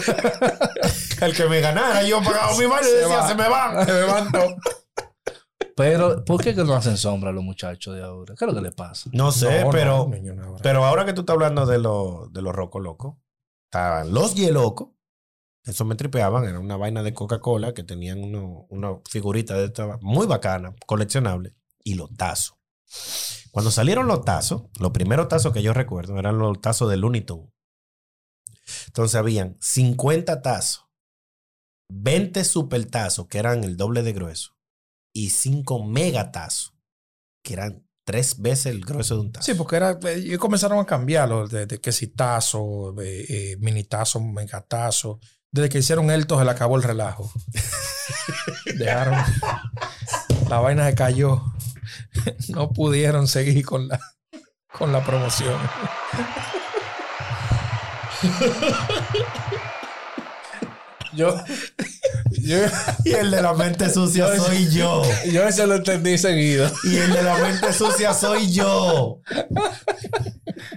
El que me ganara, yo pagaba mi mano y decía,
va.
se me van.
Me levanto.
pero, ¿por qué que no hacen sombra los muchachos de ahora? ¿Qué es lo que les pasa?
No sé,
No, no,
pero
niño, no, ahora.
Pero ahora que tú estás hablando de, lo- de los rocos locos, estaban los hielocos. Eso me tripeaban. Era una vaina de Coca-Cola que tenían uno- una figurita de esta muy bacana, coleccionable. Y los tazos. Cuando salieron los tazos, los primeros tazos que yo recuerdo eran los tazos de Looney Tunes. Entonces habían 50 tazos, 20 super tazos, que eran el doble de grueso, y 5 megatazos, que eran tres veces el grueso de un tazo.
Sí, porque era, eh, y comenzaron a cambiarlo, de, de que si tazo, eh, eh, mini tazo, megatazo. Desde que hicieron Eltos se le acabó el relajo. Dejaron. La vaina se cayó. No pudieron seguir con la, con la promoción.
Yo, yo,
Y el de la mente sucia soy yo.
yo eso lo entendí seguido.
Y el de la mente sucia soy yo.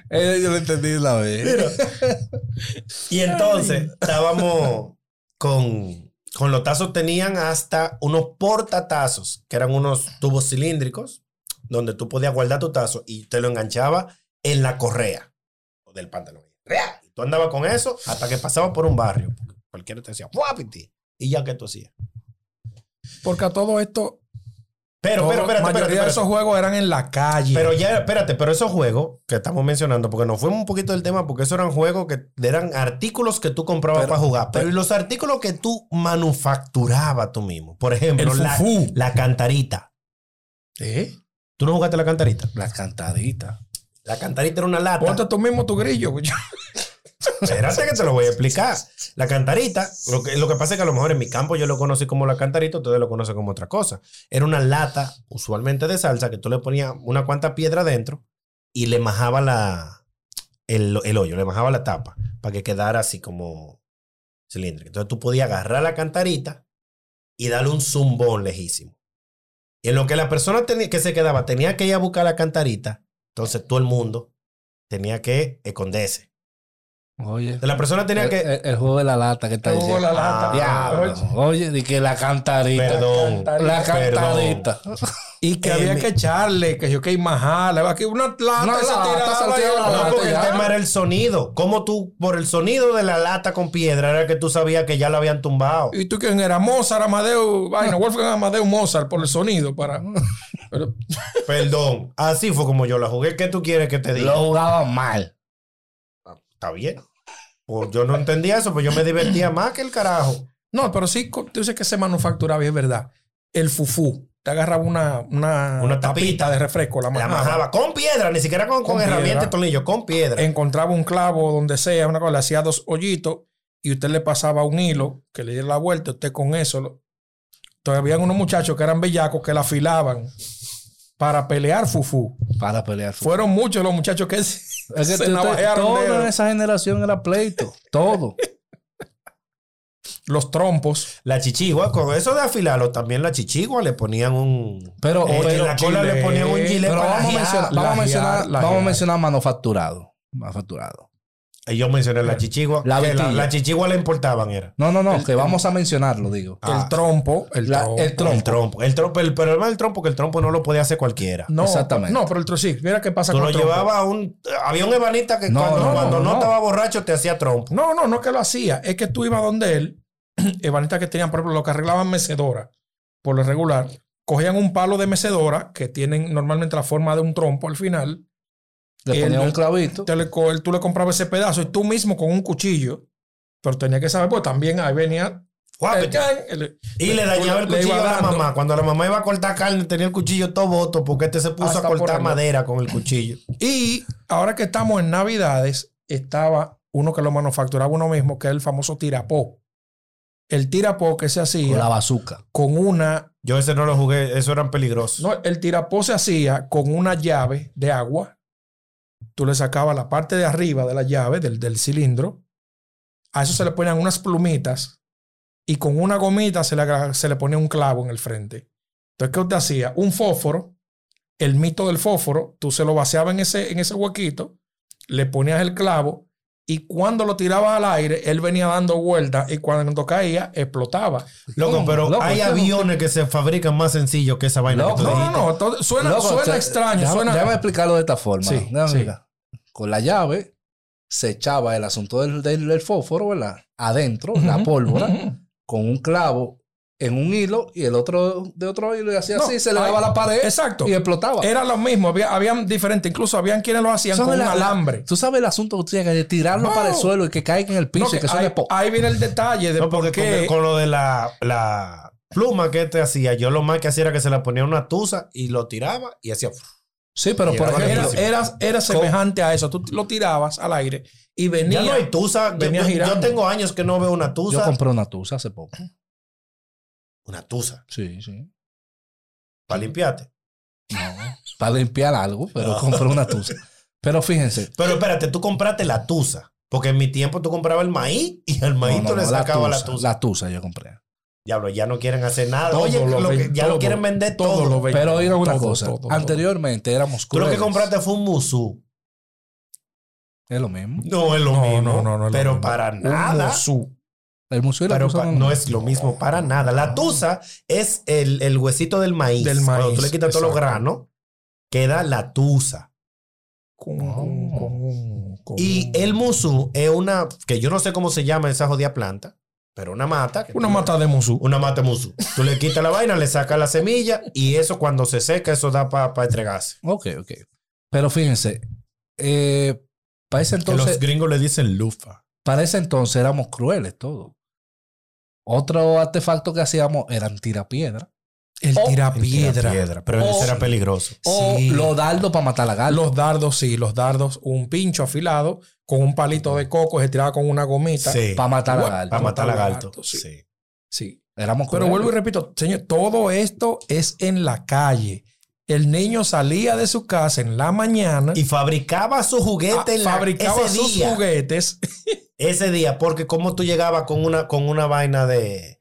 Eh, Yo lo entendí la vez.
Mira. Y entonces estábamos con, con los tazos, tenían hasta unos portatazos, que eran unos tubos cilíndricos, donde tú podías guardar tu tazo y te lo enganchaba en la correa del pantalón. ¡Rea! Y tú andabas con eso hasta que pasabas por un barrio. porque Cualquiera te decía, ¡guapiti! Y ya que tú hacías.
Porque a todo esto,
Pero, pero,
todo-
espérate,
la mayoría
espérate,
de
espérate.
esos juegos eran en la calle.
Pero ya, espérate, pero esos juegos que estamos mencionando, porque nos fuimos un poquito del tema, porque esos eran juegos que eran artículos que tú comprabas
Pero-
para jugar. Pero,
pero-
y los artículos que tú manufacturabas tú mismo. Por ejemplo, la,
fufú.
la cantarita.
¿Eh?
¿Tú no jugaste la cantarita?
La cantadita.
La cantarita era una lata.
Ponte tú mismo tu grillo. pues, güey.
Espérate que te lo voy a explicar. La cantarita, lo que, lo que pasa es que a lo mejor en mi campo yo lo conocí como la cantarita, ustedes lo conocen como otra cosa. Era una lata, usualmente de salsa, que tú le ponías una cuanta piedra dentro y le majaba la, el, el hoyo, le majaba la tapa para que quedara así como cilíndrica. Entonces tú podías agarrar la cantarita y darle un zumbón lejísimo. Y en lo que la persona tenía- que se quedaba tenía que ir a buscar la cantarita, entonces todo el mundo tenía que esconderse.
Oye.
La persona tenía
El,
que...
el- el juego de la lata que está
Te jugó
diciendo.
la lata.
Diablo.
Oye,
Oye, de que la cantarita.
Perdón.
cantarita.
La
Perdón.
cantadita.
Y que
Eh,
había
mi-
que echarle, que yo que majarle. Aquí una lata,
Una
se
lata,
tiraba
salteaba
y-
la
No,
lata
porque el
ya.
tema era el sonido. Como tú, por el sonido de la lata con piedra, era que tú sabías que ya la habían tumbado.
¿Y tú quién era? Mozart, Amadeu, vaina, Wolfgang Amadeu Mozart por el sonido para. Pero-
Perdón. Así fue como yo la jugué. ¿Qué tú quieres que te diga?
Lo jugaba mal.
Está bien. Pues yo no entendía eso, pues yo me divertía más que el carajo.
No, pero sí, co- tú dices que se manufacturaba y es verdad. El fufú. Te agarraba una, una,
Una tapita.
tapita de refresco, la
La
majaba.
majaba con piedra, Eh, ni siquiera con, con
Con
herramienta y
piedra.
tornillo, con piedra.
Encontraba un clavo donde sea, una cosa, le hacía dos hoyitos y usted le pasaba un hilo que le diera la vuelta, usted con eso. lo- Entonces habían unos muchachos que eran bellacos que la afilaban para pelear fufú.
Para pelear. fútbol.
Fueron muchos los muchachos que se,
Es que
se
tú-
navajearon
todo
dedos.
en esa generación era pleito. Todo.
los trompos.
La chichigua, con eso de afilarlo, también la chichigua le ponían un.
Pero,
Eh, en
pero,
la cola
chile.
le ponían un chile
pero
para
vamos a
lajear.
mencionar, vamos a
lajear,
mencionar,
lajear.
vamos a mencionar manufacturado. Manufacturado.
Y yo mencioné la chichigua. que
La
La,
vitilla.
la chichigua la importaban, era.
No, no, no, que vamos a mencionarlo, digo.
Ah.
El trompo. El
La-
trompo.
el trompo.
El trompo. El trompo, el problema del trompo es que el trompo no lo podía hacer cualquiera.
No,
Exactamente.
No, pero el trompo sí. Mira qué pasa
Tú
con
lo
el trompo.
llevabas a un. Había un ebanista que
No,
cuando cuando no,
no, no, no.
estaba borracho te hacía trompo.
No, no, no que lo hacía. Es que tú ibas donde él, ebanistas que tenían, por ejemplo, los que arreglaban mecedora, por lo regular, cogían un palo de mecedora que tienen normalmente la forma de un trompo al final.
Le
El-
ponía un clavito.
Te le co- él- tú le comprabas ese pedazo y tú mismo con un cuchillo, pero tenía que saber, pues también ahí venía. el
Guápete.
can, el-
Y le dañaba el
Eh, le iba
cuchillo a la
dando.
mamá. Cuando la mamá iba a cortar carne, tenía el cuchillo todo boto porque este se puso
Hasta
a cortar
ponerlo.
madera con el cuchillo.
Y ahora que estamos en Navidades, estaba uno que lo manufacturaba uno mismo, que es el famoso tirapó. El tirapó que
Con
se
la
hacía
bazuca.
con una
Yo ese no lo jugué, eso eran peligrosos.
No, el tirapó se hacía con una llave de agua. Tú le sacabas la parte de arriba de la llave, del, del cilindro. A eso se le ponían unas plumitas y con una gomita se le, agra- se le ponía un clavo en el frente. Entonces, ¿qué usted hacía? Un fósforo, el mito del fósforo, tú se lo vaciabas en ese, en ese huequito, le ponías el clavo y cuando lo tirabas al aire, él venía dando vueltas y cuando caía, explotaba.
Loco, pero
Loco,
hay
este es un-
aviones que se fabrican más sencillos que esa vaina
Loco,
que tú
No,
dijiste.
no, no, todo- suena,
Loco,
suena
te-
extraño.
déjame,
suena,
déjame explicarlo de esta forma.
Sí,
Déjame
sí.
explicar. Con la llave se echaba el asunto del, del- del fósforo, ¿verdad? Adentro, la
Ujú,
pólvora,
ujú.
con un clavo en un hilo y el otro de otro hilo y así,
No,
así se le
ahí-
daba a la pared
Exacto.
Eh, y explotaba.
Era lo mismo, había, habían diferentes, incluso habían quienes lo hacían
¿Sabes
con un
la- la-
alambre.
Tú sabes el asunto que tú tienes que tirarlo
No.
para el suelo y que caiga en el piso
No,
y que
que
suene
ahí,
pop.
ahí viene el detalle de
No,
por
porque
qué.
con, con lo de la, la pluma que te hacía, yo lo más que hacía era que se la ponía una tuza y lo tiraba y hacía.
Sí, pero por
Llegaba
ejemplo,
era,
lejísimo.
era, era semejante a eso. Tú lo tirabas al aire y venía.
Ya no hay tusa. Yo,
venía
yo- yo
girando.
tengo años que no veo una
yo
tusa.
compré una tusa hace poco.
Una tusa.
Sí, sí.
Para limpiarte.
No, para limpiar algo, pero
No.
compré una tusa. Pero fíjense,
Pero espérate, tú compraste la tusa. Porque en mi tiempo tú comprabas el maíz y al maíz
No, no,
tú le
no,
sacabas la
tusa,
tusa.
La tusa yo compré.
Diablo, ya no quieren hacer nada.
Todo
Oye,
lo
lo
ve-
que- ya
todo,
lo quieren vender todo.
todo lo ve-
Pero oigan una
todo,
cosa.
todo, todo.
Anteriormente éramos
tú lo que
crueles.
compraste fue un musú.
Es lo mismo.
No es lo
No,
mismo.
no, no, no es lo
pero
mismo.
para nada.
Su.
El museo y la
Pero
tusa
pa-
no-
no es lo mismo para nada. La tusa es el, el huesito del maíz.
Del
Cuando
maíz,
tú le quitas todos los
exacto.
granos, queda la tusa.
Con,
Oh.
con- con- con-
Y el musú es una, que yo no sé cómo se llama esa jodida planta, pero una mata. que
Una
tú-
mata de musú.
Una mata musú. Tú le quitas la vaina, le sacas la semilla y eso cuando se seca, eso da para entregarse.
Ok, ok. Pero fíjense, eh, para, ese entonces,
gringos le dicen lufa.
para ese entonces éramos crueles todos. Otro artefacto que hacíamos eran tirapiedra.
El
Oh.
Piedra.
tirapiedra.
pero
Oh.
eso era peligroso.
O
Sí.
lo dardo para matar la galda.
Los dardos, sí, los dardos, un pincho afilado con un palito de coco, se tiraba con una gomita.
Sí.
Para matar la
Bueno,
galda.
Para matar
matar
lagarto.
lagarto, sí.
Sí.
Sí.
Éramos
Pero
crueles.
vuelvo y repito, señor, todo esto es en la calle. El niño salía de su casa en la mañana
Y fabricaba su
ah,
juguete en la-
fabricaba
ese
sus
día.
juguetes.
Ese día, porque como tú llegabas con una, con una vaina de.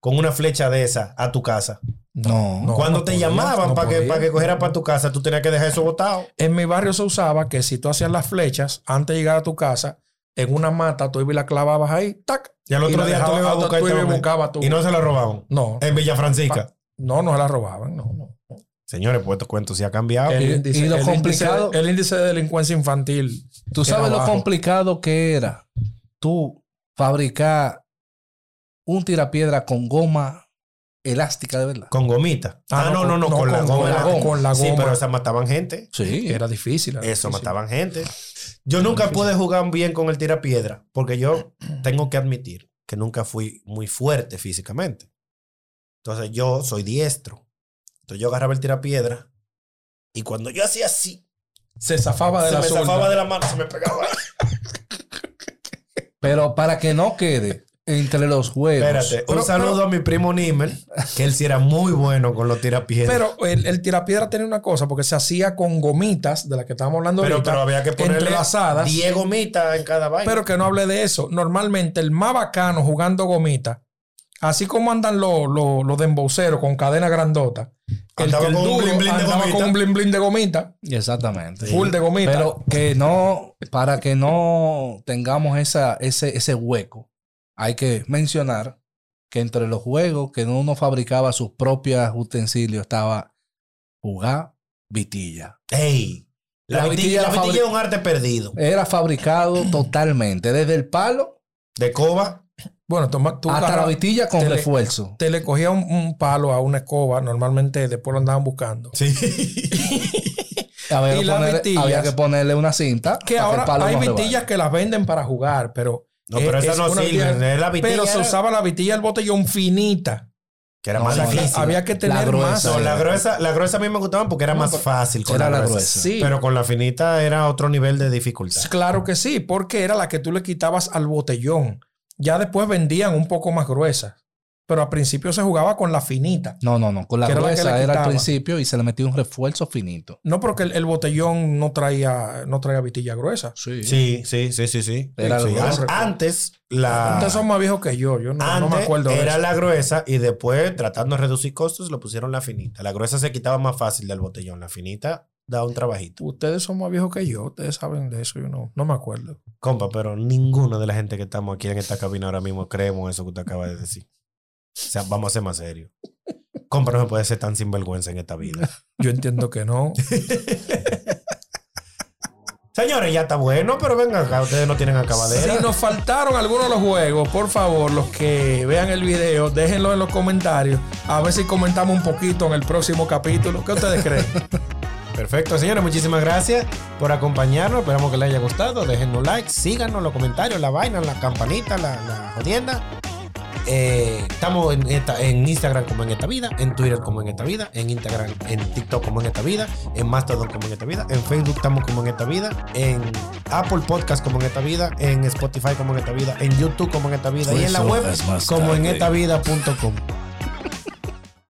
con una flecha de esa a tu casa.
No.
No.
Cuando
no
te
podía,
llamaban
no
para que,
podía.
para que cogiera para tu casa, tú tenías que dejar eso botado.
En mi barrio se usaba que si tú hacías las flechas antes de llegar a tu casa, en una mata tú ibas y la clavabas ahí, tac.
Y al
y
otro
la
día tú
dejabas-
le ibas a buscar y te lo
tú ibas y
metías.
buscabas tu-
Y no se la robaban.
no,
En Villa Francisca.
no, no se la robaban, no, no.
Señores, pues estos cuentos se ha cambiado.
y- y lo
el
complicado-
índice- el índice de delincuencia infantil
Tú sabes
Era
lo
bajo.
complicado que era tú fabricar un tirapiedra con goma elástica de verdad.
Con gomita.
Ah,
Ah,
no,
no, no, no,
no,
con, la
con-
goma.
con la goma. Con la
Sí,
goma.
pero esas mataban gente.
Sí.
era difícil. era
Eso
difícil.
mataban gente. Yo nunca pude jugar bien con el tirapiedra, porque yo tengo que admitir que nunca fui muy fuerte físicamente. Entonces yo soy diestro. Entonces yo agarraba el tirapiedra y cuando yo hacía así,
Se zafaba de
se
la
me
zurda.
zafaba de la mano, se me pegaba.
Pero para que no quede entre los juegos.
Espérate,
Pero-
un saludo a mi primo Nimmer, que él sí era muy bueno con los tirapiedras. Pero,
Pero el, el tirapiedra tenía una cosa, porque se hacía con gomitas de las que estábamos hablando
pero,
ahorita,
había que ponerle
entrelazadas.
10 gomitas en cada vaina.
Pero que no hable de eso. Normalmente el más bacano jugando gomita, así como andan los los los dembowceros con cadena grandota, el
Andaba
que el
con un
duro
blin blin de
andaba con
gomita.
un blin blin de gomita,
Exactamente.
Sí.
full de gomita.
Pero que no, para que no tengamos esa, ese, ese hueco, hay que mencionar que entre los juegos que uno fabricaba sus propios utensilios estaba jugar vitilla.
Ey, la,
La
vitilla, la
vitilla
vitilla es un arte perdido.
Era fabricado totalmente, desde el palo
De coba,
bueno, toma, tú
hasta la
agarrabas-
vitilla con
tele-
refuerzo.
te le cogía un, un palo a una escoba, normalmente después lo andaban buscando.
sí.
Había,
Y
que
las
ponerle-
vitillas.
había que ponerle una cinta.
Que
para
ahora
el palo
hay
no rebale.
vitillas que las venden para jugar, pero
No, pero
Eh,
esa
es
no
una
sirve.
vitilla-
Es la vitilla
Pero se
era-
usaba la vitilla del botellón finita.
que era
No,
más
no,
difícil.
Había que tener
gruesa.
más.
No, la gruesa, la gruesa a mí me gustaban porque era
No,
más
pero-
fácil con
Era
la
la
gruesa.
gruesa.
Sí,
Pero con la finita era otro nivel de dificultad.
claro que sí, porque era la que tú le quitabas al botellón. Ya después vendían un poco más gruesas. Pero al principio se jugaba con la finita.
No, no, no. Con la
Que era la que
gruesa
le
era
quitaba.
al principio y se le metía un refuerzo finito.
No porque el, el botellón no traía, no traía vitilla gruesa.
Sí, sí, sí, sí, sí.
Era
Sí,
la
an-
gruesa.
Antes, la.
Ustedes son más viejos que yo. Yo no, no
Antes
me acuerdo de
era
eso.
la gruesa y después, tratando de reducir costos, lo pusieron la finita. La gruesa se quitaba más fácil del botellón. La finita da un trabajito.
Ustedes son más viejos que yo. Ustedes saben de eso. Yo no, no me acuerdo.
Compa, pero ninguna de la gente que estamos aquí en esta cabina ahora mismo creemos eso que usted acaba de decir. O sea, vamos a ser más serios. Compa, no se puede ser tan sinvergüenza en esta vida.
Yo entiendo que no.
Señores, ya está bueno, pero vengan acá, ustedes no tienen acabadera.
Si nos faltaron algunos de los juegos, por favor, los que vean el video, déjenlo en los comentarios. A ver si comentamos un poquito en el próximo capítulo. ¿Qué ustedes creen?
Perfecto, señores, muchísimas gracias por acompañarnos. Esperamos que les haya gustado. Déjenos like, síganos en los comentarios, la vaina, la campanita, la, la jodienda. Eh, estamos en, esta- en Instagram como en esta vida, en Twitter como en esta vida, en Instagram, en TikTok como en esta vida, en Mastodon como en esta vida, en Facebook estamos como en esta vida, en Apple Podcast como en esta vida, en Spotify como en esta vida, en YouTube como en esta vida y en la
Eso
web
es más
como en
tarde.
esta vida.com.